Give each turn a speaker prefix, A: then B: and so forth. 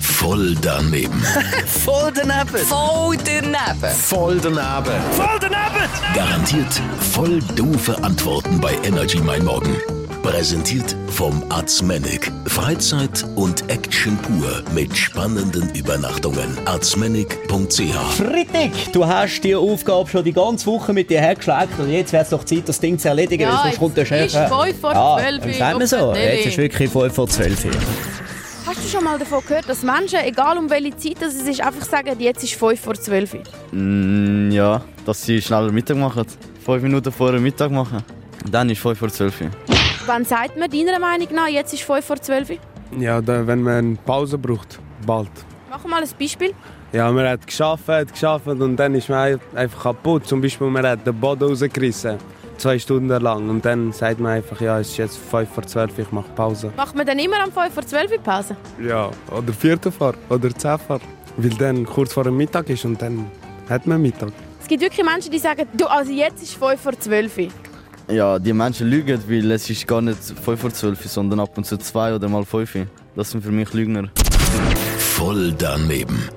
A: Voll daneben.
B: Voll daneben.
C: Voll daneben.
B: Voll daneben.
A: Garantiert voll doofe Antworten bei Energy Mein Morgen. Präsentiert vom Arzmenig. Freizeit und Action pur mit spannenden Übernachtungen. Arzmenig.ch
D: Freitag, du hast die Aufgabe schon die ganze Woche mit dir hergeschleckt und jetzt wäre es doch Zeit, das Ding zu erledigen,
E: Ja,
D: weil sonst
E: jetzt
D: kommt der Chef.
E: ist
D: her.
E: fünf vor
D: ja,
E: zwölf
D: das sagt man
E: auf
D: so.
E: der Tele.
D: Jetzt ist wirklich 5 vor 12 Uhr.
E: Hast du schon mal davon gehört, dass Menschen, egal um welche Zeit es ist, einfach sagen, jetzt ist 5 vor 12 Uhr?
F: Mm, ja, dass sie schneller Mittag machen. Fünf Minuten vor dem Mittag machen. Dann ist 5 vor 12 Uhr.
E: Wann sagt man deiner Meinung nach, jetzt ist 5 vor 12 Uhr?
G: Ja, da, wenn man Pause braucht, bald.
E: Mach mal ein Beispiel.
G: Ja, man hat geschafft, hat geschafft und dann ist man ein- einfach kaputt. Zum Beispiel, man hat den Boden rausgerissen, zwei Stunden lang. Und dann sagt man einfach, ja, es ist jetzt 5 vor 12, ich mache Pause.
E: Macht man dann immer am 5 vor 12 Uhr Pause?
G: Ja, oder 4 vor oder 10 vor. Weil dann kurz vor dem Mittag ist und dann hat man Mittag.
E: Es gibt wirklich Menschen, die sagen, du, also jetzt ist 5 vor 12 Uhr.
F: Ja, die Menschen lügen, weil es ist gar nicht 5 vor 12 Uhr, sondern ab und zu 2 oder mal 5 Uhr. Das sind für mich Lügner.
A: Voll daneben.